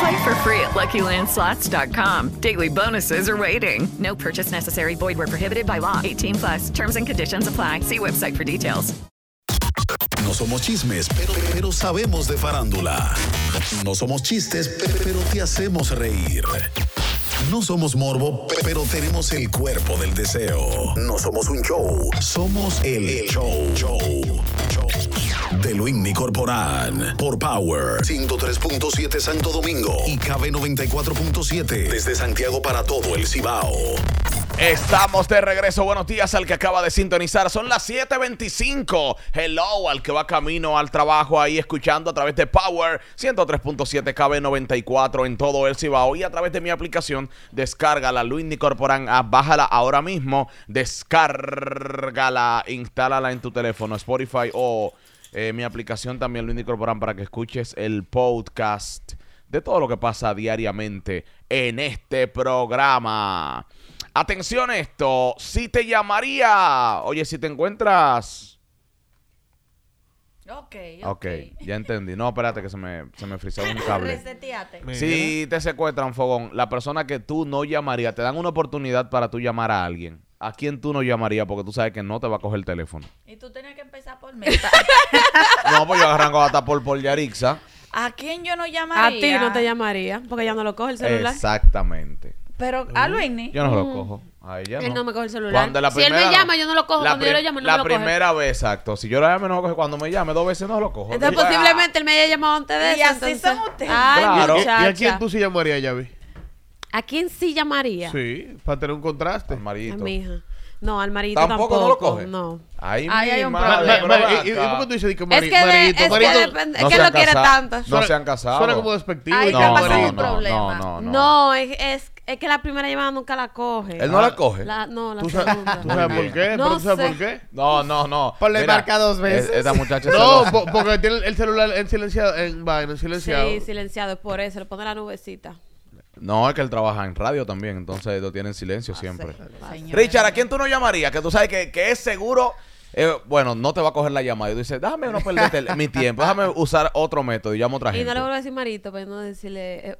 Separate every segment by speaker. Speaker 1: Play for free at LuckyLandSlots.com. Daily bonuses are waiting. No purchase necessary. Void were prohibited by law. 18 plus. Terms and conditions apply. See website for details.
Speaker 2: No somos chismes, pero, pero sabemos de farándula. No somos chistes, pe- pero te hacemos reír. No somos morbo, pe- pero tenemos el cuerpo del deseo. No somos un show, somos el, show. show. show. De Luis Corporán, por Power 103.7 Santo Domingo y KB 94.7 desde Santiago para todo el Cibao.
Speaker 3: Estamos de regreso. Buenos días al que acaba de sintonizar. Son las 7:25. Hello al que va camino al trabajo ahí escuchando a través de Power 103.7 KB94 en todo el Cibao y a través de mi aplicación. Descárgala, Luis Corporan app, bájala ahora mismo. Descárgala, instálala en tu teléfono, Spotify o eh, mi aplicación también, Luis Corporan, para que escuches el podcast de todo lo que pasa diariamente en este programa. Atención a esto, si te llamaría, oye, si te encuentras...
Speaker 4: Ok, ok.
Speaker 3: Ok, ya entendí. No, espérate que se me, se me frizó un cable.
Speaker 4: Reseteate.
Speaker 3: Si te secuestran, Fogón, la persona que tú no llamarías, te dan una oportunidad para tú llamar a alguien. ¿A quién tú no llamarías? Porque tú sabes que no te va a coger el teléfono.
Speaker 4: Y tú tenías que empezar por mí.
Speaker 3: No, pues yo arranco hasta por, por Yarixa.
Speaker 4: ¿A quién yo no
Speaker 5: A
Speaker 4: llamaría?
Speaker 5: ti no te llamaría, porque ya no lo coge el celular.
Speaker 3: Exactamente.
Speaker 4: Pero a Luini.
Speaker 3: Yo no lo cojo. A ella
Speaker 5: Él
Speaker 3: no.
Speaker 5: no me coge el celular.
Speaker 3: Cuando la
Speaker 5: Si él me
Speaker 3: primera-
Speaker 5: llama, yo no lo cojo.
Speaker 3: La
Speaker 5: Cuando yo
Speaker 3: prim-
Speaker 5: lo llamo, él no me
Speaker 3: La
Speaker 5: lo coge.
Speaker 3: primera vez, exacto. Si yo lo llamo, no lo cojo. Cuando me llame dos veces, no lo cojo.
Speaker 5: Entonces,
Speaker 3: Yo-
Speaker 5: posiblemente él me haya llamado antes de
Speaker 4: Y
Speaker 5: eso.
Speaker 4: así
Speaker 5: entonces-
Speaker 4: son ustedes.
Speaker 5: Ay, claro.
Speaker 3: Claro. ¿Y- y
Speaker 6: ¿Y
Speaker 5: muchacha.
Speaker 6: a quién tú sí llamarías, Yavi?
Speaker 5: ¿A quién sí llamaría?
Speaker 6: Sí, para tener un contraste.
Speaker 5: A
Speaker 3: Marito.
Speaker 5: mi hija. No, al marido
Speaker 3: Tampoco
Speaker 5: tampoco.
Speaker 3: no lo coge.
Speaker 5: No.
Speaker 3: Ahí
Speaker 4: Ahí hay un
Speaker 6: Ma- ma-
Speaker 4: problema.
Speaker 6: ma- ¿Y y- y por qué tú dices de que mari-
Speaker 5: es que, de-
Speaker 6: marito?
Speaker 5: es
Speaker 6: Marito,
Speaker 5: que depende. es
Speaker 3: no
Speaker 5: que
Speaker 3: se
Speaker 5: lo
Speaker 3: han
Speaker 5: quiere
Speaker 3: casado.
Speaker 5: tanto.
Speaker 3: No
Speaker 6: suena-
Speaker 3: se han casado.
Speaker 6: Suena como despectivo.
Speaker 4: Ay,
Speaker 6: y que
Speaker 4: capaz
Speaker 3: no,
Speaker 4: que
Speaker 6: marito.
Speaker 4: un problema.
Speaker 3: No, no, no.
Speaker 5: No, es, es, es que la primera llamada nunca la coge.
Speaker 3: Él no la coge.
Speaker 5: La- no, la
Speaker 6: ¿Tú sa-
Speaker 5: segunda.
Speaker 6: tú sabes por qué?
Speaker 5: No
Speaker 6: ¿Pero tú sabes
Speaker 5: sé.
Speaker 6: por qué?
Speaker 3: No, no, no.
Speaker 6: Ponle
Speaker 3: Mira,
Speaker 6: marca dos
Speaker 3: e-
Speaker 6: veces.
Speaker 3: Esta muchacha es
Speaker 6: No,
Speaker 3: celosa.
Speaker 6: po- porque tiene el celular en silenciado, en vaina, en silenciado.
Speaker 5: Sí, silenciado. Es por eso. Le pone la nubecita.
Speaker 3: No, es que él trabaja en radio también, entonces lo tiene
Speaker 5: Ah,
Speaker 3: en silencio siempre.
Speaker 4: Señor.
Speaker 3: Richard, ¿a quién tú no llamarías? Que tú sabes que, que es seguro. eh, bueno, no te va a coger la llamada. Y tú dices, déjame no perder el- mi tiempo, déjame usar otro método y llamo a otra
Speaker 5: Y
Speaker 3: gente.
Speaker 5: no le vuelvo a decir marito, pero no decirle. eh,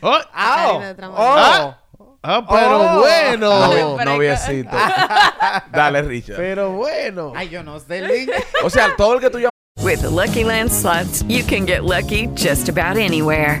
Speaker 6: Oh,
Speaker 5: Karina de otra manera.
Speaker 6: ah, ah, pero
Speaker 3: Oh.
Speaker 6: bueno.
Speaker 3: Novie- noviecito. Dale, Richard.
Speaker 6: Pero bueno. Ay, yo no sé, Link.
Speaker 3: O sea, todo el que tú llamas.
Speaker 1: With Lucky Land slots, you can get lucky just about anywhere.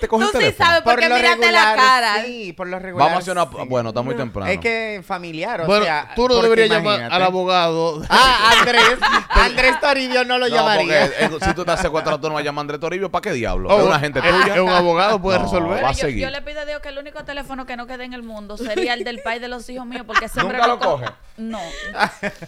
Speaker 3: Te coge
Speaker 5: Tú
Speaker 3: el
Speaker 5: sí
Speaker 3: teléfono.
Speaker 5: sabes porque mírate la cara.
Speaker 6: por lo regular.
Speaker 3: Vamos a hacer una. Bueno, está muy temprano.
Speaker 6: que familiar, o bueno, tú no deberías llamar al abogado.
Speaker 7: Ah, Andrés. Andrés Toribio no lo
Speaker 3: No, porque, eh, si tú te has secuestrado, tú no vas a llamar a Andrés Toribio, ¿para qué diablo?
Speaker 6: Oh,
Speaker 3: es una gente
Speaker 6: es-
Speaker 3: tuya.
Speaker 6: es un abogado, puede
Speaker 3: No,
Speaker 6: resolver.
Speaker 3: Va a
Speaker 4: Pero yo,
Speaker 3: seguir.
Speaker 4: yo le pido a Dios que el único teléfono que no quede en el mundo sería el del país de los hijos míos, porque siempre
Speaker 3: ¿Nunca lo
Speaker 4: co-
Speaker 3: coge?
Speaker 4: No.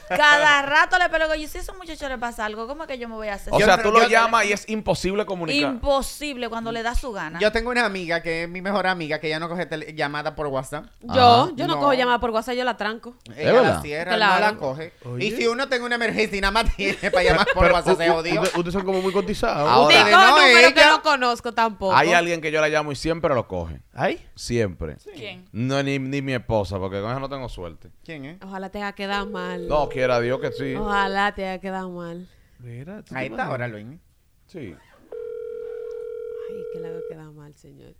Speaker 4: Cada rato le peleo. Y si a esos muchachos le pasa algo, ¿cómo es que yo me voy a hacer?
Speaker 3: O
Speaker 4: Yo-
Speaker 3: sea, tú lo llamas y es imposible comunicar.
Speaker 4: Imposible cuando le da su gana.
Speaker 7: Yo tengo una amiga que es mi mejor amiga que ya no coge tele- llamada por WhatsApp.
Speaker 5: Yo, yo no,
Speaker 7: No.
Speaker 5: cojo llamada por WhatsApp, yo la tranco.
Speaker 7: Ella
Speaker 3: verdad?
Speaker 7: la cierra,
Speaker 5: Claro.
Speaker 7: no la coge. Y
Speaker 6: Oye.
Speaker 7: si uno tiene una emergencia y nada más tiene para llamar por
Speaker 6: Pero
Speaker 7: WhatsApp,
Speaker 6: u-
Speaker 7: se
Speaker 6: u-
Speaker 7: jodió.
Speaker 6: ustedes- Ustedes son como muy cotizados.
Speaker 3: Ahora-
Speaker 5: Digo,
Speaker 7: Ustedes, no,
Speaker 5: número que
Speaker 7: ella-
Speaker 5: no conozco tampoco.
Speaker 3: Hay alguien que yo la llamo y siempre lo coge.
Speaker 6: Ay.
Speaker 3: Siempre.
Speaker 4: ¿Quién?
Speaker 3: No, ni, ni mi esposa, porque con ella no tengo suerte.
Speaker 7: ¿Quién es?
Speaker 5: Ojalá te haya quedado mal.
Speaker 3: No,
Speaker 6: Ah.
Speaker 3: quiera Dios que sí.
Speaker 5: Ojalá te haya quedado mal.
Speaker 6: Mira, tú
Speaker 7: Ahí
Speaker 6: te
Speaker 7: está
Speaker 6: imaginas.
Speaker 7: ahora, Luis.
Speaker 3: Sí.
Speaker 5: Ay, que le hago quedar mal, señor.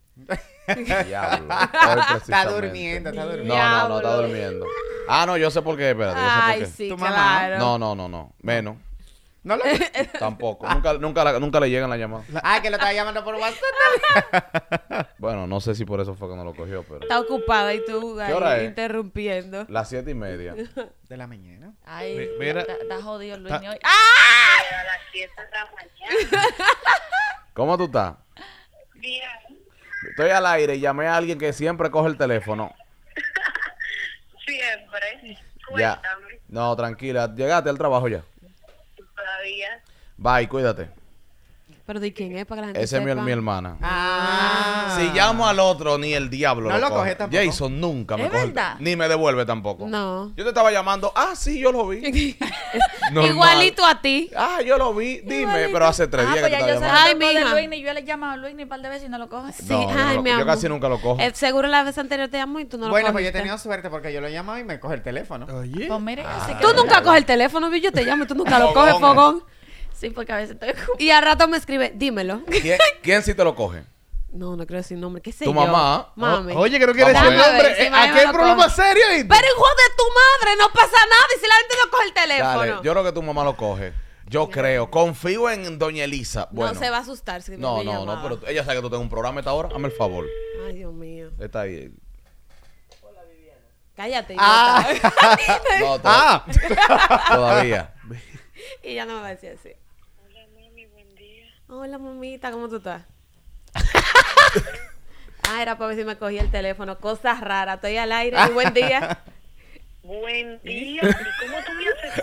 Speaker 3: Diablo. Hoy
Speaker 8: Está
Speaker 3: precisamente.
Speaker 8: durmiendo, está durmiendo.
Speaker 3: No, no, no, está durmiendo. Ah, no, yo sé por qué, espérate. yo sé por
Speaker 5: Ay,
Speaker 3: qué.
Speaker 5: sí,
Speaker 8: Tu mamá.
Speaker 5: claro.
Speaker 3: No, no, no, no. Menos.
Speaker 8: No lo-
Speaker 3: Tampoco. Nunca, nunca, la- nunca le llegan las llamadas.
Speaker 8: Ay, que lo estaba llamando por WhatsApp.
Speaker 3: Bueno, no sé si por eso fue que no lo cogió, pero.
Speaker 5: Está ocupada y tú ahí
Speaker 3: hora es?
Speaker 5: interrumpiendo.
Speaker 3: Las siete y media.
Speaker 8: De la mañana.
Speaker 4: Ay,
Speaker 3: Mi- mira.
Speaker 4: está está jodido Luis
Speaker 3: Ta-
Speaker 4: mi hoy. ¡Ah!
Speaker 3: ¿Cómo tú estás? Bien. Estoy al aire y llamé a alguien que siempre coge el teléfono.
Speaker 9: Siempre.
Speaker 3: Ya. No, tranquila. Llegaste al trabajo ya.
Speaker 9: Todavía.
Speaker 3: Bye, cuídate.
Speaker 5: Pero ¿de quién es? Para que la gente
Speaker 3: Ese es mi,
Speaker 5: sepa.
Speaker 3: mi hermana.
Speaker 8: Ah.
Speaker 3: Si llamo al otro, ni el diablo.
Speaker 5: No lo coge
Speaker 8: tampoco.
Speaker 3: Jason nunca me
Speaker 5: ¿Es
Speaker 3: coge. el
Speaker 5: verdad?
Speaker 3: te- Ni me devuelve tampoco.
Speaker 5: No.
Speaker 3: Yo te estaba llamando. Ah, sí, yo lo vi. Normal.
Speaker 5: Igualito a ti.
Speaker 3: Ah, yo lo vi. Dime, pero hace tres
Speaker 4: Ah,
Speaker 3: días
Speaker 4: pues
Speaker 3: que
Speaker 4: ya
Speaker 3: te
Speaker 4: yo
Speaker 3: estaba
Speaker 4: sé
Speaker 3: llamando.
Speaker 4: Ay,
Speaker 5: Ay, mija.
Speaker 4: de Luis, yo le he llamado a Luis un par de veces y no lo coge.
Speaker 5: Sí,
Speaker 3: No, yo no
Speaker 5: ay,
Speaker 3: lo-
Speaker 5: mi
Speaker 3: yo
Speaker 5: amor.
Speaker 3: casi nunca lo cojo.
Speaker 5: Eh, seguro la vez anterior te llamó y tú no lo
Speaker 8: bueno, pues yo he
Speaker 5: cogiste.
Speaker 8: tenido suerte porque yo lo llamo y me coge el teléfono.
Speaker 5: Oye.
Speaker 4: Pues mira,
Speaker 3: Ah.
Speaker 4: yo sé que-
Speaker 5: Tú nunca coges el teléfono, yo te llamo y tú nunca lo
Speaker 3: Fogón.
Speaker 5: coges, fogón.
Speaker 4: Sí, porque a veces estoy ocupada.
Speaker 5: Y al rato me escribe, dímelo.
Speaker 3: ¿Quién, quién sí te lo coge?
Speaker 5: No, no quiero decir nombre. ¿Qué sé yo?
Speaker 3: Tu mamá.
Speaker 5: Mami.
Speaker 3: O- oye, creo que eres
Speaker 5: Déjame
Speaker 3: el hombre.
Speaker 5: ver si
Speaker 3: Eh,
Speaker 5: Miami
Speaker 3: aquí hay
Speaker 5: lo
Speaker 3: problema
Speaker 5: coge.
Speaker 3: serio, ¿oíste?
Speaker 5: Pero hijo de tu madre, no pasa nada. Y si la gente no coge el Pues, teléfono.
Speaker 3: Dale, yo creo que tu mamá lo coge. Yo creo. Confío en doña Elisa. Bueno.
Speaker 5: no se va a asustar si
Speaker 3: No,
Speaker 5: me
Speaker 3: no, no,
Speaker 5: llamaba.
Speaker 3: pero tú- ella sabe que tú tienes un programa a esta hora. Hazme el favor.
Speaker 5: Ay, Dios mío.
Speaker 3: Está ahí.
Speaker 5: Cállate.
Speaker 8: Ah.
Speaker 5: idiota.
Speaker 3: No, toda- Ah. Todavía.
Speaker 5: Y ya no me va a decir así. Hola, mami, buen día. Hola, mamita, ¿cómo tú estás? ah, era para ver si me cogía el teléfono. Cosas raras. Estoy al aire. y buen día.
Speaker 9: Buen día. ¿Y cómo tú me haces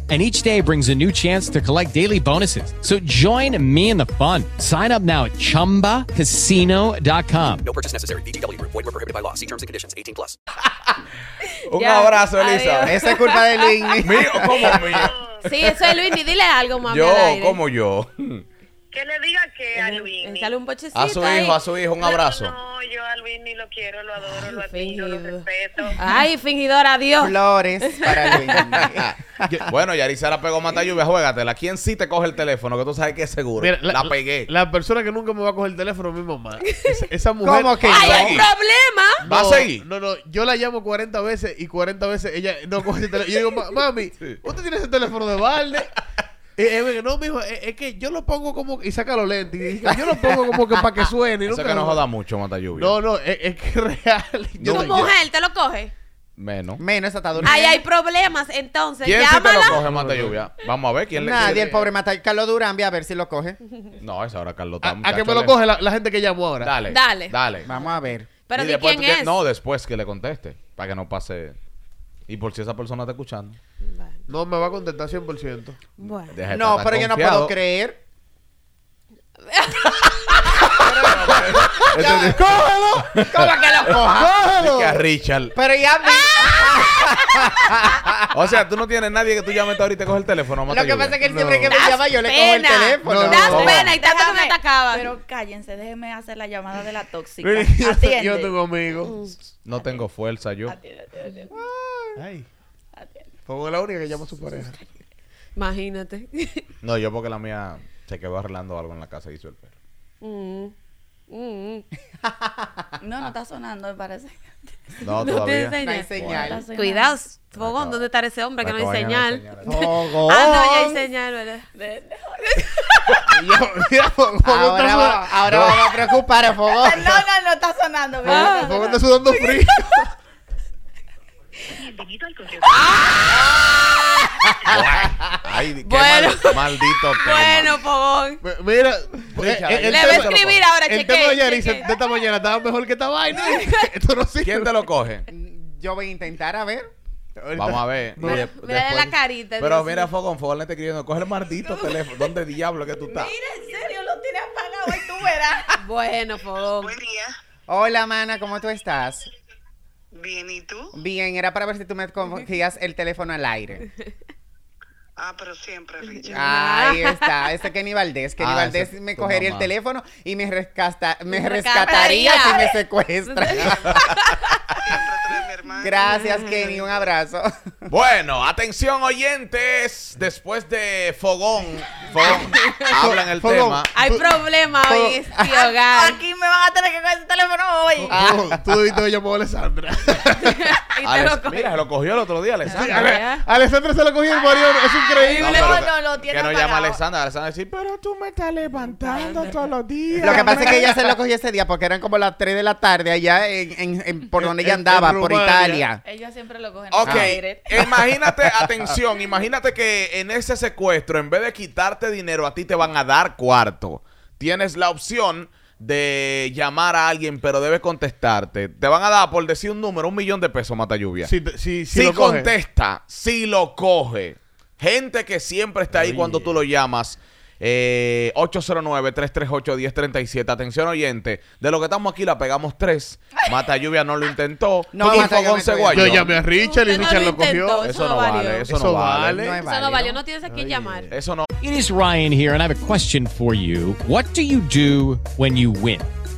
Speaker 10: And each day brings a new chance to collect daily bonuses. So join me in the fun. Sign up now at chumbacasino.com.
Speaker 11: No purchase necessary. VGW Group. Void were prohibited by law. See terms and conditions. 18 plus.
Speaker 3: Un
Speaker 5: Ya,
Speaker 3: abrazo, Elisa.
Speaker 5: adiós. Esa es culpa de Luis.
Speaker 3: Mío, ¿cómo mío?
Speaker 5: Sí, eso es Luis. Ni dile algo, mami.
Speaker 3: Yo,
Speaker 5: al aire.
Speaker 3: como yo.
Speaker 9: que le diga que a Luis?
Speaker 5: Échale un bochecito.
Speaker 3: A su hijo, a su hijo, un abrazo.
Speaker 9: No, yo a Luis ni lo quiero, lo adoro, lo admiro, lo
Speaker 5: Fingido.
Speaker 9: respeto.
Speaker 5: Ay, fingidor, adiós.
Speaker 8: Flores para Luis.
Speaker 3: bueno, Yarisa la pegó Mata Lluvia, juégatela. ¿Quién sí te coge el teléfono? Que tú sabes que es seguro.
Speaker 6: Mira,
Speaker 3: la, pegué.
Speaker 6: La persona que nunca me va a coger el teléfono es mi mamá. Esa, esa mujer.
Speaker 3: ¿Cómo que
Speaker 6: Va
Speaker 3: Ay, no?
Speaker 6: a seguir.
Speaker 5: problema.
Speaker 3: ¿Va a seguir?
Speaker 6: No, no, yo la llamo 40 veces y 40 veces ella no coge el teléfono. Yo digo, "Ma- mami, ¿usted tiene ese teléfono de balde? Y ella me dice, Eh, no, mijo, es, es que yo lo pongo como. Y saca los lentes. Y dice, yo lo pongo como que para que suene. y
Speaker 3: Eso
Speaker 6: nunca
Speaker 3: que no
Speaker 6: lo-
Speaker 3: joda mucho, Mata Lluvia.
Speaker 6: No, no, es, es que es real. Yo
Speaker 5: Tu
Speaker 6: no- yo-
Speaker 5: mujer te lo coge.
Speaker 3: Menos.
Speaker 8: Menos esa está durmiendo.
Speaker 5: Ahí hay problemas, entonces.
Speaker 3: ¿Quién sí te
Speaker 5: Llámala.
Speaker 3: lo coge, Mata Lluvia? Vamos a ver quién le
Speaker 8: Nadie,
Speaker 3: quiere-
Speaker 8: el pobre Mata. Carlos Durán, ve a ver si lo coge.
Speaker 3: No, esa hora Carlos está,
Speaker 6: ¿A
Speaker 3: muchacho,
Speaker 6: que me lo
Speaker 3: le-
Speaker 6: coge la, la gente que llamó ahora?
Speaker 3: Dale.
Speaker 5: Dale.
Speaker 3: Dale.
Speaker 8: Vamos a ver.
Speaker 5: Pero
Speaker 3: Y
Speaker 5: di
Speaker 3: después
Speaker 5: quién
Speaker 3: tú tienes-
Speaker 5: es.
Speaker 3: No, después que le conteste. Para que no pase. Y por si esa persona está escuchando.
Speaker 6: No, me va a contestar 100%.
Speaker 5: Bueno.
Speaker 3: Deja de
Speaker 8: No,
Speaker 3: estar
Speaker 8: pero yo no puedo
Speaker 3: confiado.
Speaker 8: creer.
Speaker 3: Entonces-
Speaker 8: ¡Cógelo! ¿Cómo que lo coja?
Speaker 3: Dice que a Richard.
Speaker 8: Pero ya vi.
Speaker 3: O sea, tú no tienes nadie que tú llames ahorita y coge el teléfono. Mata
Speaker 8: Lo que
Speaker 3: Lluvia.
Speaker 8: pasa es que él siempre que me
Speaker 5: Das
Speaker 8: llama yo le cojo el
Speaker 5: pena.
Speaker 8: teléfono.
Speaker 5: Das
Speaker 3: No.
Speaker 5: pena y tanto que me
Speaker 4: Déjame,
Speaker 5: atacaban.
Speaker 4: Pero cállense, déjenme hacer la llamada de la tóxica.
Speaker 6: Yo
Speaker 4: Atiende.
Speaker 6: yo tengo amigos.
Speaker 3: No tengo fuerza yo.
Speaker 4: Atiende, atiende, atiende.
Speaker 6: Ay. Pongo la única que llama a su pareja.
Speaker 5: Imagínate.
Speaker 3: No, yo porque la mía se quedó arreglando algo en la casa y hizo el perro.
Speaker 5: Mm, mm.
Speaker 4: No, no está sonando, me parece.
Speaker 3: No,
Speaker 5: No te
Speaker 3: todavía.
Speaker 8: No hay
Speaker 5: enseña.
Speaker 8: señal.
Speaker 4: Está
Speaker 5: Cuidado,
Speaker 4: sonando.
Speaker 5: fogón, ¿dónde está ese hombre que no
Speaker 3: Me
Speaker 5: hay señal?
Speaker 3: acaban de enseñar.
Speaker 5: Ah, no, ya hay
Speaker 8: Fogón.
Speaker 5: señal, ¿verdad?
Speaker 4: De- de-
Speaker 6: Y yo, mira, Fogón está
Speaker 8: Ahora, va-
Speaker 6: sudando-
Speaker 8: ahora vamos a preocupar a Fogón.
Speaker 4: No, no, no está sonando.
Speaker 5: Ah.
Speaker 4: mira, no está
Speaker 6: Fogón
Speaker 4: sonando.
Speaker 6: está sudando frío.
Speaker 9: Bienvenido al correo.
Speaker 3: ¡Ah! Ay, qué
Speaker 5: Bueno.
Speaker 3: mal- maldito tema.
Speaker 5: Bueno, fogón.
Speaker 6: M- Mira, eh, eh, el
Speaker 5: Le
Speaker 6: tema-
Speaker 5: voy a escribir ahora,
Speaker 6: El
Speaker 5: chequea,
Speaker 6: tema de Yaris
Speaker 5: chequea.
Speaker 6: de esta mañana estaba mejor que esta vaina. Esto no sirve.
Speaker 3: ¿Quién te lo coge?
Speaker 8: Yo voy a intentar a ver.
Speaker 6: Ahorita-
Speaker 3: Vamos a ver.
Speaker 6: No.
Speaker 3: Y de-
Speaker 6: Mira,
Speaker 5: Mira
Speaker 3: después-
Speaker 5: la carita.
Speaker 3: Pero
Speaker 5: Dios
Speaker 3: mira,
Speaker 5: mío.
Speaker 3: Fogón, Fogón le está escribiendo. Coge el maldito teléfono. ¿Dónde diablo que tú estás?
Speaker 4: Mira, en serio, lo tiene apagado y tú verás.
Speaker 5: Bueno, fogón.
Speaker 9: Buen día.
Speaker 8: Hola, mana, ¿cómo tú estás?
Speaker 9: Bien, ¿y tú?
Speaker 8: Bien, era para ver si tú me cogías el teléfono al aire.
Speaker 9: Ah, pero siempre, Richard.
Speaker 5: Ah.
Speaker 8: Ahí está, ese Kenny Valdés. Kenny
Speaker 9: Ah,
Speaker 8: Valdés
Speaker 9: ese es
Speaker 8: me
Speaker 9: tu
Speaker 8: cogería el
Speaker 9: mamá.
Speaker 8: teléfono y me, rescata- me
Speaker 9: Me
Speaker 8: rescataría si me
Speaker 9: rescataría.
Speaker 8: secuestra. Gracias, Kenny. Un abrazo.
Speaker 3: Bueno, atención oyentes, después de Fogón, Fogón, hablan el
Speaker 8: Fogón.
Speaker 3: tema.
Speaker 5: Hay problema hoy en este hogar.
Speaker 4: Aquí me van a tener que coger el teléfono hoy.
Speaker 6: Tú debiste haber llamado a Alessandra.
Speaker 3: Ale- mira, se lo cogió el otro día, Alessandra.
Speaker 6: Alessandra se lo cogió el marido. Es increíble.
Speaker 3: No, pero
Speaker 4: no, lo tiene
Speaker 3: que no llama a
Speaker 4: apagado.
Speaker 3: Alessandra, Alessandra dice, pero tú me estás levantando todos los días.
Speaker 8: Lo que pasa es que ella se lo cogió ese día porque eran como las 3 de la tarde allá en, en- en- por donde ella
Speaker 6: en
Speaker 8: andaba, por
Speaker 6: Rumania.
Speaker 8: Italia.
Speaker 4: Ellos siempre lo cogen.
Speaker 6: Ah,
Speaker 3: Ok,
Speaker 4: Aire.
Speaker 3: imagínate, atención, imagínate que en ese secuestro, en vez de quitarte dinero, a ti te van a dar cuarto. Tienes la opción de llamar a alguien, pero debes contestarte. Te van a dar, por decir un número, un millón de pesos, Mata Lluvia.
Speaker 6: Si, te- si, si
Speaker 3: si
Speaker 6: lo coge.
Speaker 3: contesta, si lo coge. Gente que siempre está ahí cuando tú lo llamas. Eh, 809-338-1037. Atención, oyente. De lo que estamos aquí, la pegamos tres. Mata Lluvia no lo intentó.
Speaker 6: No,
Speaker 3: Tú,
Speaker 6: Mata Lluvia
Speaker 3: Fogón, se
Speaker 6: no
Speaker 3: guayó.
Speaker 6: Yo llamé a Richard y
Speaker 5: Usted no
Speaker 6: Richard
Speaker 5: lo
Speaker 6: lo cogió.
Speaker 5: intentó, eso
Speaker 3: Eso
Speaker 5: no
Speaker 3: no
Speaker 5: valió.
Speaker 3: vale. Eso
Speaker 6: Eso
Speaker 3: no vale.
Speaker 6: vale. No es
Speaker 5: Eso no valió, no tienes a quién llamar.
Speaker 3: Eso no.
Speaker 10: It is Ryan here, and I have a question for you. What do you do when you win?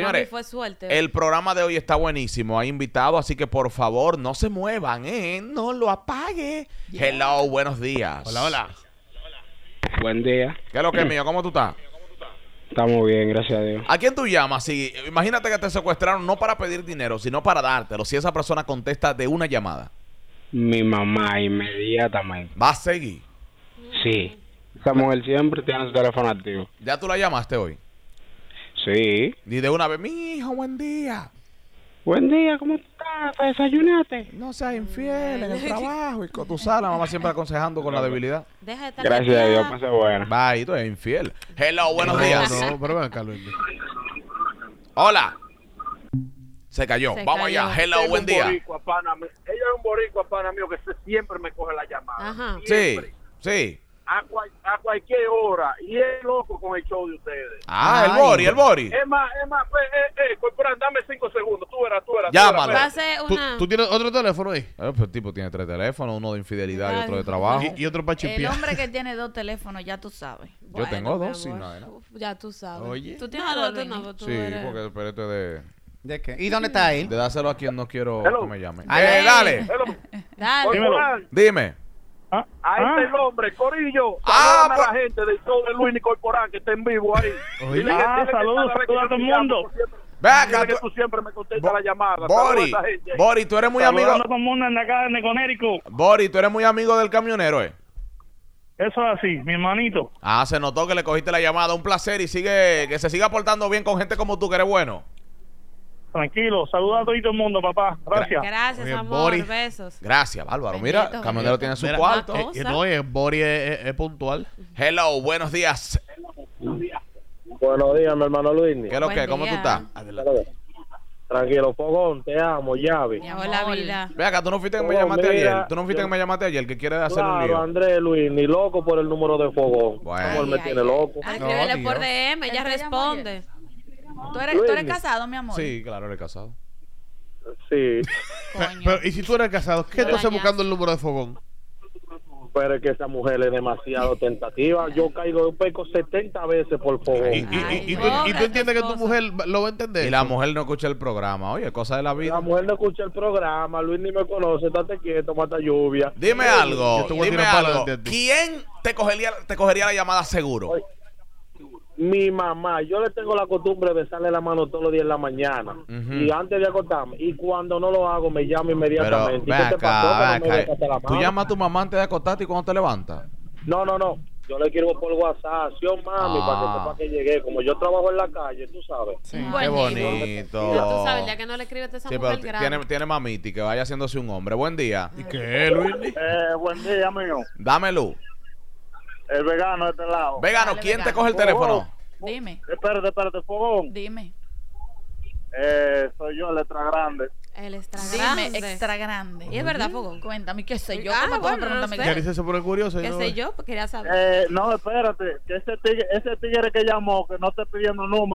Speaker 5: mami fue suerte.
Speaker 3: el programa de hoy está buenísimo. Hay invitado, así que por favor no se muevan, ¿eh? No lo apague. Hello, buenos días.
Speaker 12: Hola, hola. Buen día.
Speaker 3: ¿Qué es lo que es mío? ¿Cómo tú estás?
Speaker 12: Estamos bien, gracias a Dios.
Speaker 3: ¿A quién tú llamas? Si, imagínate que te secuestraron no para pedir dinero, sino para dártelo. Si esa persona contesta de una llamada,
Speaker 12: Mi mamá inmediatamente.
Speaker 3: va a seguir.
Speaker 12: Sí. Esa mujer siempre tiene su teléfono activo.
Speaker 3: ¿Ya tú la llamaste hoy?
Speaker 12: Sí.
Speaker 3: Y de una vez, mi hijo, buen día.
Speaker 12: Buen día, ¿cómo tú estás? ¿Te desayunaste?
Speaker 3: No seas infiel en el trabajo y con tu sala. Mamá siempre aconsejando con la debilidad.
Speaker 5: Deja de estar
Speaker 12: Gracias a
Speaker 5: metida.
Speaker 12: Dios, pase buena.
Speaker 3: Bye, tú eres infiel. Hello, buenos
Speaker 6: No,
Speaker 3: días.
Speaker 6: No, pero ven acá, Luis.
Speaker 3: Hola. Se cayó.
Speaker 6: Se
Speaker 3: Vamos
Speaker 6: cayó.
Speaker 3: allá. Hello,
Speaker 13: Tengo
Speaker 3: buen
Speaker 13: un
Speaker 3: día.
Speaker 13: boricua, pana mío. Ella es un boricua, pana mío, que se- siempre me coge la llamada.
Speaker 3: Sí,
Speaker 13: Siempre.
Speaker 3: sí.
Speaker 13: A, cual- a cualquier hora. Y es loco con el show de ustedes.
Speaker 3: Ah, el Ay. Bori, el Bori.
Speaker 13: Es más, es más, pues, eh, eh, corporal, dame cinco segundos. Tú verás, tú verás. tú
Speaker 3: Llámalo.
Speaker 13: verás,
Speaker 3: Va a ser
Speaker 13: tú verás.
Speaker 3: una-
Speaker 6: ¿Tú tienes otro teléfono ahí?
Speaker 3: Eh, pues el tipo tiene tres teléfonos, uno de infidelidad y
Speaker 4: Ay.
Speaker 3: otro de trabajo.
Speaker 6: Y- y otro para
Speaker 4: El hombre que tiene dos teléfonos, ya tú sabes.
Speaker 3: Yo tengo dos y nada. era.
Speaker 4: Ya tú sabes.
Speaker 3: Oye.
Speaker 4: Tú tienes
Speaker 5: No, no,
Speaker 4: algo,
Speaker 5: tú
Speaker 4: Luis?
Speaker 5: no, tú
Speaker 3: Sí,
Speaker 5: eres-
Speaker 3: porque espérate de...
Speaker 8: ¿De qué? ¿Y dónde está él?
Speaker 3: De dárselo a quien no quiero que me llame.
Speaker 8: Ay.
Speaker 3: Eh, dale.
Speaker 4: Dale.
Speaker 13: Corporal,
Speaker 3: Dime. Ah,
Speaker 13: Ahí está el este hombre, Corillo. Saludan
Speaker 3: pues,
Speaker 13: a la gente del show de Luis y Corporán que está en vivo ahí.
Speaker 3: Oye.
Speaker 13: Dile que-
Speaker 3: Ah,
Speaker 13: dile que
Speaker 3: saludos,
Speaker 13: cada vez
Speaker 3: saludos a
Speaker 13: que yo
Speaker 3: todo el
Speaker 13: te llamo,
Speaker 3: mundo.
Speaker 13: tú siempre-
Speaker 3: Ve acá,
Speaker 13: dile que
Speaker 3: tú-
Speaker 13: tú siempre me contestas la llamada.
Speaker 3: Bori,
Speaker 13: Saludos a esa gente.
Speaker 3: Bori, tú eres muy amigo.
Speaker 13: Saludando como una en la carne con Érico.
Speaker 3: Bori, tú eres muy amigo del camionero, ¿eh?
Speaker 14: Eso es así, mi hermanito.
Speaker 3: Ah, se notó que le cogiste la llamada. Un placer y sigue que se siga portando bien con gente como tú, que eres bueno.
Speaker 14: Tranquilo, saluda a todo el mundo, papá. Gracias.
Speaker 5: Gracias,
Speaker 6: Oye,
Speaker 5: amor.
Speaker 6: Boris.
Speaker 5: Besos.
Speaker 3: Gracias, Bárbaro. Mira,
Speaker 5: Bendito, bendito.
Speaker 3: camionero tiene su
Speaker 5: Mira,
Speaker 3: cuarto.
Speaker 5: una cosa. Eh, eh,
Speaker 6: No, y el Bori es, es- es puntual.
Speaker 3: Hello, buenos días.
Speaker 15: Buenos días, mi hermano Luis.
Speaker 3: ¿Qué es lo Buen que? ¿Cómo tú día. estás?
Speaker 15: Tranquilo, Fogón, te amo, llave.
Speaker 5: Hola, vida.
Speaker 3: Ve acá, tú no fuiste que me
Speaker 15: Oh,
Speaker 3: llamaste
Speaker 15: mira,
Speaker 3: ayer. Tú no fuiste
Speaker 15: yo-
Speaker 3: que me llamaste ayer, que quiere hacer un
Speaker 15: Claro,
Speaker 3: lío.
Speaker 15: Andrés Luis, ni loco por el número de Fogón. Amor, me
Speaker 4: ay,
Speaker 15: tiene
Speaker 4: ay.
Speaker 15: loco.
Speaker 4: Ay,
Speaker 5: No, Escríbele por DM, ella responde.
Speaker 4: ¿Tú eres, tú eres
Speaker 6: Luis.
Speaker 4: casado, mi amor.
Speaker 3: Sí, claro, eres casado.
Speaker 15: Sí.
Speaker 6: Pero, ¿y si tú eres casado? ¿Qué tú haces buscando el número de fogón?
Speaker 15: Pero es que esa mujer es demasiado tentativa. Yo caigo, yo peco 70 veces por Fogón.
Speaker 6: ¿Y tú, y tú entiendes que tu mujer lo va a entender?
Speaker 3: Y la mujer no escucha el programa. Oye, cosa de la vida.
Speaker 15: La mujer no escucha el programa, Luis ni me conoce, estate quieto, mata lluvia. Eh,
Speaker 3: Dime algo.
Speaker 15: Yo te voy a
Speaker 3: Dime
Speaker 15: tirar para
Speaker 3: algo.
Speaker 15: adelante a ti.
Speaker 3: ¿Quién te cogería, te cogería la llamada seguro?
Speaker 15: Mi mamá, yo le tengo la costumbre de besarle la mano todos los días en la mañana. Y antes de acostarme, y cuando no lo hago, me llama
Speaker 3: Pero,
Speaker 15: inmediatamente. ¿Y
Speaker 3: ve
Speaker 15: qué te pasó
Speaker 3: acá,
Speaker 15: cuando me
Speaker 3: ve
Speaker 15: besaste la
Speaker 3: acá. Tú
Speaker 15: mano?
Speaker 3: llamas a tu mamá antes de acostarte y cuando te levantas.
Speaker 15: No, no, no. Yo le escribo por WhatsApp, sí, oh, mami, para que
Speaker 3: Ah.
Speaker 15: sepa que llegué. Como yo trabajo en la calle, tú sabes.
Speaker 3: Qué
Speaker 5: Ya tú
Speaker 3: bonito.
Speaker 5: sabes, ya que no le escribes a esa
Speaker 3: Sí, pero
Speaker 5: mujer
Speaker 3: t-
Speaker 5: grave.
Speaker 3: tiene, tiene mamiti, que vaya haciéndose un hombre. Buen día. ¿Y
Speaker 6: qué,
Speaker 3: Luis?
Speaker 13: Eh, buen día, amigo.
Speaker 3: Dame luz.
Speaker 13: El vegano de este lado.
Speaker 3: Vegano,
Speaker 13: Dale,
Speaker 3: ¿quién te
Speaker 13: vegano.
Speaker 3: coge el teléfono?
Speaker 13: Fogón.
Speaker 4: Dime.
Speaker 13: Espérate, espérate, fogón.
Speaker 4: Dime.
Speaker 13: Eh, soy yo, letra grande.
Speaker 4: El extra
Speaker 5: grande.
Speaker 4: Dime, extra grande.
Speaker 5: Y es verdad,
Speaker 4: Fogón. Cuéntame, qué sé yo.
Speaker 5: Ah,
Speaker 4: ¿Cómo tú
Speaker 5: bueno,
Speaker 4: me preguntas
Speaker 5: no
Speaker 4: a mí?
Speaker 6: Yari se pone curioso.
Speaker 5: ¿Qué
Speaker 6: ¿no?
Speaker 5: sé yo? Pues quería saber.
Speaker 13: Eh, no, espérate, que ese tigre, ese tigre que llamó, que no esté pidiendo número.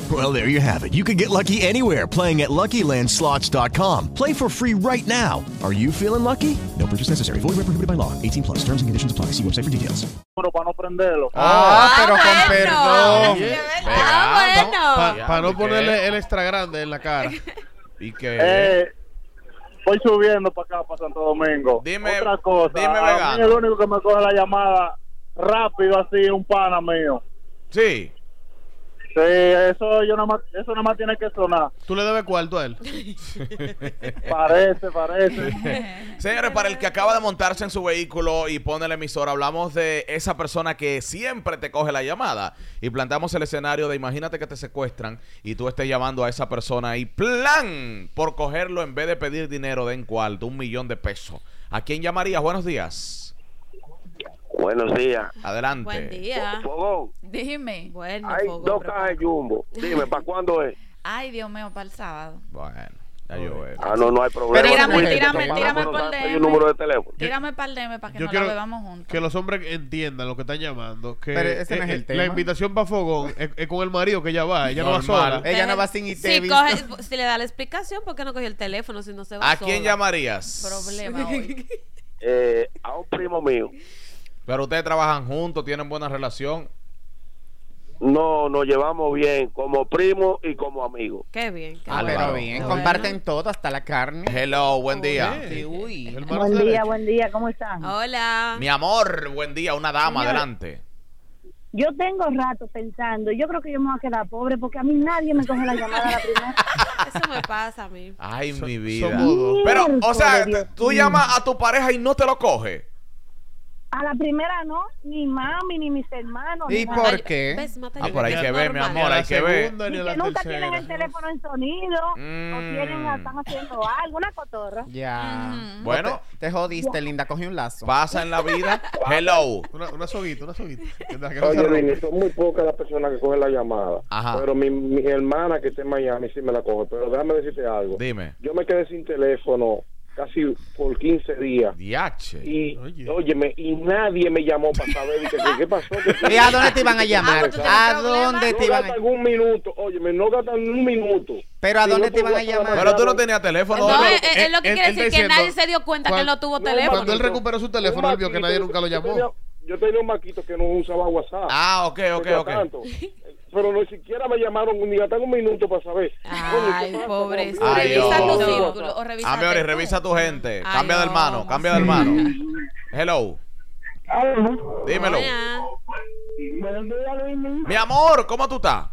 Speaker 16: Well, there you have it. You can get lucky anywhere playing at LuckyLandSlots.com. Play for free right now. Are you feeling lucky? No purchase necessary. Void where prohibited by law. 18 plus. Terms and conditions apply. See website for details.
Speaker 13: para no prenderlo.
Speaker 8: Ah, pero con
Speaker 6: perdón.
Speaker 8: Ah,
Speaker 6: Para
Speaker 8: bueno.
Speaker 6: no ponerle el extra grande en la cara.
Speaker 3: ¿Y qué?
Speaker 13: Eh, voy subiendo para acá, para Santo Domingo.
Speaker 3: Dime,
Speaker 13: Otra cosa,
Speaker 3: dime,
Speaker 13: a
Speaker 3: vegano.
Speaker 13: mí el único que me coge la llamada rápido así, un pana mío.
Speaker 3: Sí.
Speaker 13: Sí, eso yo nada más, eso nada más tiene que sonar.
Speaker 6: ¿Tú le debes cuarto a él?
Speaker 13: Parece, parece.
Speaker 3: Señores, para el que acaba de montarse en su vehículo y pone la emisora, hablamos de esa persona que siempre te coge la llamada y plantamos el escenario de imagínate que te secuestran y tú estés llamando a esa persona y plan por cogerlo en vez de pedir dinero de en cuarto, un millón de pesos. ¿A quién llamarías? Buenos días.
Speaker 17: Buenos días.
Speaker 3: Adelante.
Speaker 4: Buen día.
Speaker 17: Fogón,
Speaker 4: Dime. Bueno,
Speaker 17: hay
Speaker 4: Fogón,
Speaker 17: dos
Speaker 4: pero-
Speaker 17: cajas de jumbo. Dime, ¿para cuándo es?
Speaker 4: Ay, Dios mío, para el sábado.
Speaker 3: Bueno, ya yo veo.
Speaker 17: Ah, no, no hay problema.
Speaker 4: tírame,
Speaker 17: Porque
Speaker 4: tírame,
Speaker 17: te
Speaker 4: tírame
Speaker 17: van a
Speaker 4: por
Speaker 17: mandar
Speaker 4: DM.
Speaker 17: un número de teléfono.
Speaker 4: Tírame para el DM para que
Speaker 6: Yo
Speaker 4: no
Speaker 6: quiero
Speaker 4: la bebamos juntos.
Speaker 6: que los hombres entiendan lo que están llamando. Que eh,
Speaker 8: Pero ese no es el tema.
Speaker 6: La invitación para Fogón es, es con el marido que ella va. Ah, Ella no va
Speaker 3: Normal.
Speaker 6: sola.
Speaker 8: Ella no va sin
Speaker 5: Si, coge- si le da la explicación, ¿por qué no cogió el teléfono si no se va
Speaker 3: ¿A quién
Speaker 5: sola?
Speaker 3: llamarías?
Speaker 5: Problema hoy.
Speaker 17: Eh, a un primo mío.
Speaker 3: Pero ustedes trabajan juntos, tienen buena relación.
Speaker 17: No, nos llevamos bien como primo y como amigo.
Speaker 5: Qué bien. qué Oh,
Speaker 8: Ah,
Speaker 5: bueno.
Speaker 8: pero bien, comparten todo, hasta la carne.
Speaker 3: Hello, buen día.
Speaker 8: Sí, uy.
Speaker 18: Buen día, buen día, ¿cómo están?
Speaker 5: Hola.
Speaker 3: Mi amor, buen día, una dama,
Speaker 18: Señora.
Speaker 3: adelante.
Speaker 18: Yo tengo rato pensando, yo creo que yo me voy a quedar pobre porque a mí nadie me coge la llamada a la primera.
Speaker 5: Eso me pasa a mí.
Speaker 3: Ay, mi vida.
Speaker 18: somos dos.
Speaker 3: Pero, o sea,
Speaker 18: Miércoles,
Speaker 3: te-
Speaker 8: Mm.
Speaker 3: tú llamas a tu pareja y no te lo coge.
Speaker 18: A la primera no, ni mami, ni mis hermanos.
Speaker 3: ¿Y
Speaker 18: ni
Speaker 3: por
Speaker 18: nada.
Speaker 3: qué? Ves, Ah, por ahí que ver, mi amor,
Speaker 6: Ni a
Speaker 3: hay
Speaker 6: la
Speaker 3: que ver.
Speaker 6: segunda,
Speaker 18: Y que nunca tienen el teléfono en sonido o tienen, están haciendo algo, una cotorra.
Speaker 8: Ya.
Speaker 3: Bueno.
Speaker 8: Te, te jodiste, linda. Cogí un lazo.
Speaker 3: Pasa en la vida. Hello.
Speaker 6: Una, una soguita, una soguita. Que no se
Speaker 15: Oye,
Speaker 6: rompa.
Speaker 15: Vini, son muy pocas las personas que cogen la llamada.
Speaker 3: Ajá.
Speaker 15: Pero mi, mi hermana que está en Miami sí me la coge. Pero déjame decirte algo.
Speaker 3: Dime.
Speaker 15: Yo me quedé sin teléfono casi por 15 días.
Speaker 3: Diache.
Speaker 15: Y, óyeme, y nadie me llamó para saber dije, ¿qué, qué pasó.
Speaker 8: ¿Y a dónde te iban a llamar? ¿A dónde te iban a-
Speaker 15: No gastan un minuto, óyeme, no gastan un minuto.
Speaker 8: Pero ¿a
Speaker 15: Si
Speaker 8: dónde
Speaker 15: no
Speaker 8: te iban a
Speaker 15: gastas la
Speaker 8: llamar?
Speaker 15: mañana-
Speaker 3: Pero tú no tenías teléfono.
Speaker 5: No, eh,
Speaker 3: ¿no?
Speaker 5: es, es- es lo que
Speaker 6: él-
Speaker 5: quiere
Speaker 6: él
Speaker 5: decir
Speaker 6: está
Speaker 5: que nadie
Speaker 6: diciendo,
Speaker 5: se dio cuenta que él no tuvo
Speaker 6: Cuando
Speaker 5: teléfono.
Speaker 6: él recuperó su teléfono, él vio que nadie nunca lo
Speaker 15: Yo
Speaker 6: llamó.
Speaker 15: tenía- Yo tenía un maquito que no usaba WhatsApp.
Speaker 3: Ah, ok, ok,
Speaker 15: Mientras
Speaker 3: ok.
Speaker 15: tanto. Pero no siquiera me llamaron ni gastaron un minuto para saber.
Speaker 5: Ay, pobre.
Speaker 3: Ay,
Speaker 5: Revisa
Speaker 3: Dios.
Speaker 5: tu círculo o revisa.
Speaker 3: Amores, revisa tu gente. Cambia de hermano, cambia de hermano. Hello. Dímelo.
Speaker 18: Buenos días, Luis.
Speaker 3: Mi amor, ¿cómo tú estás?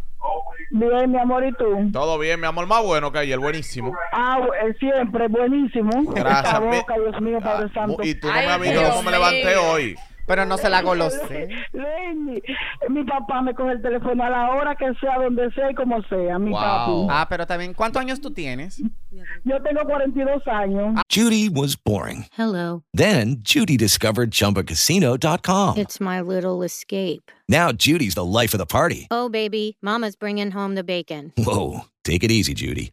Speaker 18: Bien, mi amor, ¿y tú?
Speaker 3: Todo bien, mi amor, más bueno que ayer, buenísimo.
Speaker 18: Ah, eh, siempre, buenísimo.
Speaker 3: Gracias,
Speaker 18: Esta
Speaker 3: mi- Ah,
Speaker 18: boca, Dios mío, Padre Santo.
Speaker 3: Y tú no me has visto cómo me levanté hoy.
Speaker 8: Pero no se la golosé.
Speaker 18: Lenny, mi papá me coge el teléfono a la hora que sea, donde sea y como sea, mi papi.
Speaker 8: Ah, pero también, ¿cuántos años tú tienes?
Speaker 18: Yo tengo 42 años.
Speaker 19: Judy was boring.
Speaker 18: Hello,
Speaker 19: Then Judy discovered ChumbaCasino.com.
Speaker 18: it's my little escape.
Speaker 19: Now Judy's the life of the party.
Speaker 18: Oh, baby, mama's bringing home the bacon.
Speaker 19: Whoa, take it easy, Judy.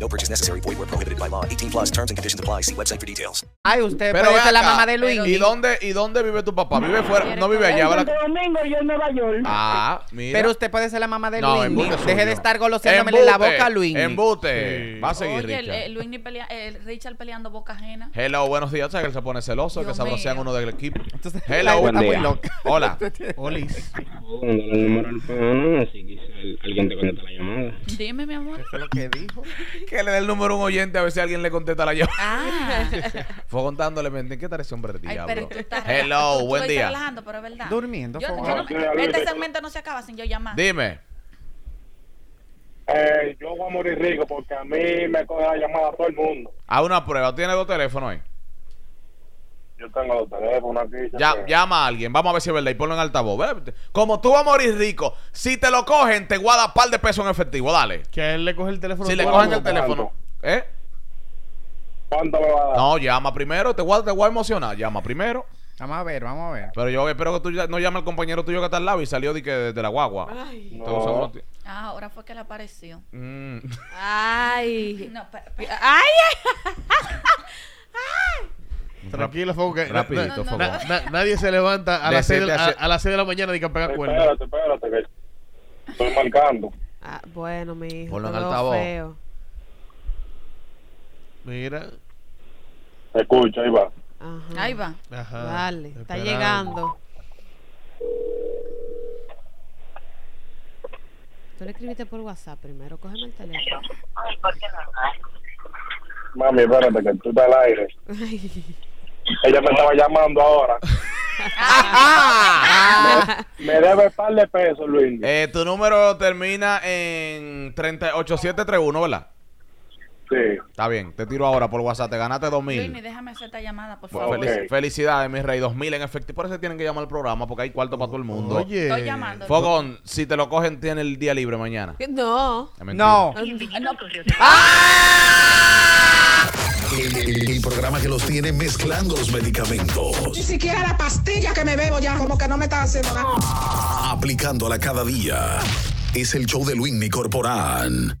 Speaker 11: No purchase necessary. Void where prohibited by law. 18 plus terms and conditions apply. See website for details.
Speaker 8: Ay, usted
Speaker 3: Pero
Speaker 8: parece
Speaker 3: ven
Speaker 8: la
Speaker 3: acá,
Speaker 8: mamá de Luis.
Speaker 3: ¿Y dónde, ¿Y dónde vive tu papá? ¿Vive fuera? No vive allá, ¿verdad?
Speaker 18: Domingo, yo en Nueva York.
Speaker 3: Ah, mira.
Speaker 8: Pero usted puede ser la mamá de
Speaker 3: No,
Speaker 8: Luis.
Speaker 3: embute suyo.
Speaker 8: Deje de estar golosiéndome la
Speaker 3: Embute,
Speaker 8: boca a Luis.
Speaker 3: Embute. Va a seguir,
Speaker 4: Oye, el,
Speaker 3: Richard.
Speaker 4: el Luis ni pelea- el Richard peleando boca ajena.
Speaker 3: Hello, buenos días. O sea, que él se pone celoso, que se abrocean uno del equipo.
Speaker 8: la
Speaker 3: Hello,
Speaker 8: gente está muy
Speaker 3: Buen día.
Speaker 8: loca.
Speaker 3: Hola.
Speaker 6: Olis.
Speaker 12: Cuando le número al phone, así que si al- alguien te contesta la llamada.
Speaker 4: Dime, mi amor.
Speaker 8: Eso es lo que dijo.
Speaker 3: que le dé el número a un oyente a ver si alguien le contesta la llamada. Fue contándole, mente, ¿qué tal ese hombre de diablo?
Speaker 4: Ah. pero tú estás-
Speaker 3: Hello,
Speaker 4: tú
Speaker 3: buen
Speaker 4: estás
Speaker 3: día.
Speaker 4: relajando, pero es verdad.
Speaker 3: Durmiendo,
Speaker 4: Yo- yo
Speaker 3: favor.
Speaker 4: no- este segmento no se acaba sin yo llamar.
Speaker 3: Dime.
Speaker 15: Eh, yo voy a morir rico porque a mí me coge la llamada todo el mundo.
Speaker 3: A una prueba, ¿tiene dos teléfonos ahí?
Speaker 15: Yo tengo los teléfonos aquí. yo
Speaker 3: Ya,
Speaker 15: sé.
Speaker 3: llama a alguien, vamos a ver si es verdad y ponlo en altavoz. Ve, Como tú vas a morir rico, si te lo cogen, te guarda par de pesos en efectivo, dale.
Speaker 6: Que a él le coge el teléfono.
Speaker 3: Si le
Speaker 6: tú
Speaker 3: cogen
Speaker 6: algo. Ah.
Speaker 3: el teléfono, ¿eh?
Speaker 15: ¿Cuánto me va a dar?
Speaker 3: No, llama primero, te voy, a- te voy a emocionar, llama primero.
Speaker 20: Vamos a ver, vamos a ver.
Speaker 3: Pero yo espero que tú ya- no llames al compañero tuyo que está al lado y salió de, que, de la guagua. Entonces,
Speaker 15: No.
Speaker 3: uno ti-
Speaker 4: Ah, ahora fue que le apareció.
Speaker 3: Mm.
Speaker 4: Ay. No, pa- pa- ay,
Speaker 6: Tranquilo, Foco. que-
Speaker 3: Rapidito,
Speaker 6: na- na-
Speaker 3: Foco.
Speaker 6: na- na- nadie se levanta a
Speaker 3: De
Speaker 6: las
Speaker 3: siete
Speaker 6: 6 de,
Speaker 3: a
Speaker 6: a-
Speaker 3: siete.
Speaker 6: a las seis de la mañana ni que pegar cuernos.
Speaker 15: Espérate, espérate, que estoy marcando.
Speaker 5: Ah, bueno, mi hijo.
Speaker 6: Ponlo en
Speaker 5: te veo
Speaker 6: altavoz.
Speaker 5: feo.
Speaker 6: Mira.
Speaker 15: Escucha, ahí va.
Speaker 5: Ajá.
Speaker 4: Ahí va.
Speaker 6: Ajá.
Speaker 5: Dale, está
Speaker 6: Esperamos.
Speaker 5: llegando. Tú le escribiste por WhatsApp primero, cógeme el teléfono.
Speaker 15: Mami, espérate, que tú estás al aire. Ella me estaba llamando ahora.
Speaker 3: ¡Ah!
Speaker 15: me, me debe par de pesos, Luis.
Speaker 3: Eh, tu número termina en 38731, ¿verdad?
Speaker 15: Sí.
Speaker 3: Está bien, te tiro ahora por WhatsApp, te ganaste 2000.
Speaker 4: Luini, déjame hacer esta llamada, por
Speaker 3: Bueno,
Speaker 4: favor.
Speaker 3: felici- Felicidades, mi rey. 2000 en efectivo. Por eso tienen que llamar al programa porque hay cuarto para todo el mundo.
Speaker 6: Oye.
Speaker 4: Estoy llamando.
Speaker 3: Fogón, si te lo cogen, tiene el día libre mañana.
Speaker 5: No.
Speaker 3: Es mentira. No.
Speaker 2: El, el programa que los tiene mezclando los medicamentos,
Speaker 8: Ni siquiera la pastilla que me bebo ya, como que no me está haciendo nada.
Speaker 2: aplicándola cada día. Es el show de Luis Corporán.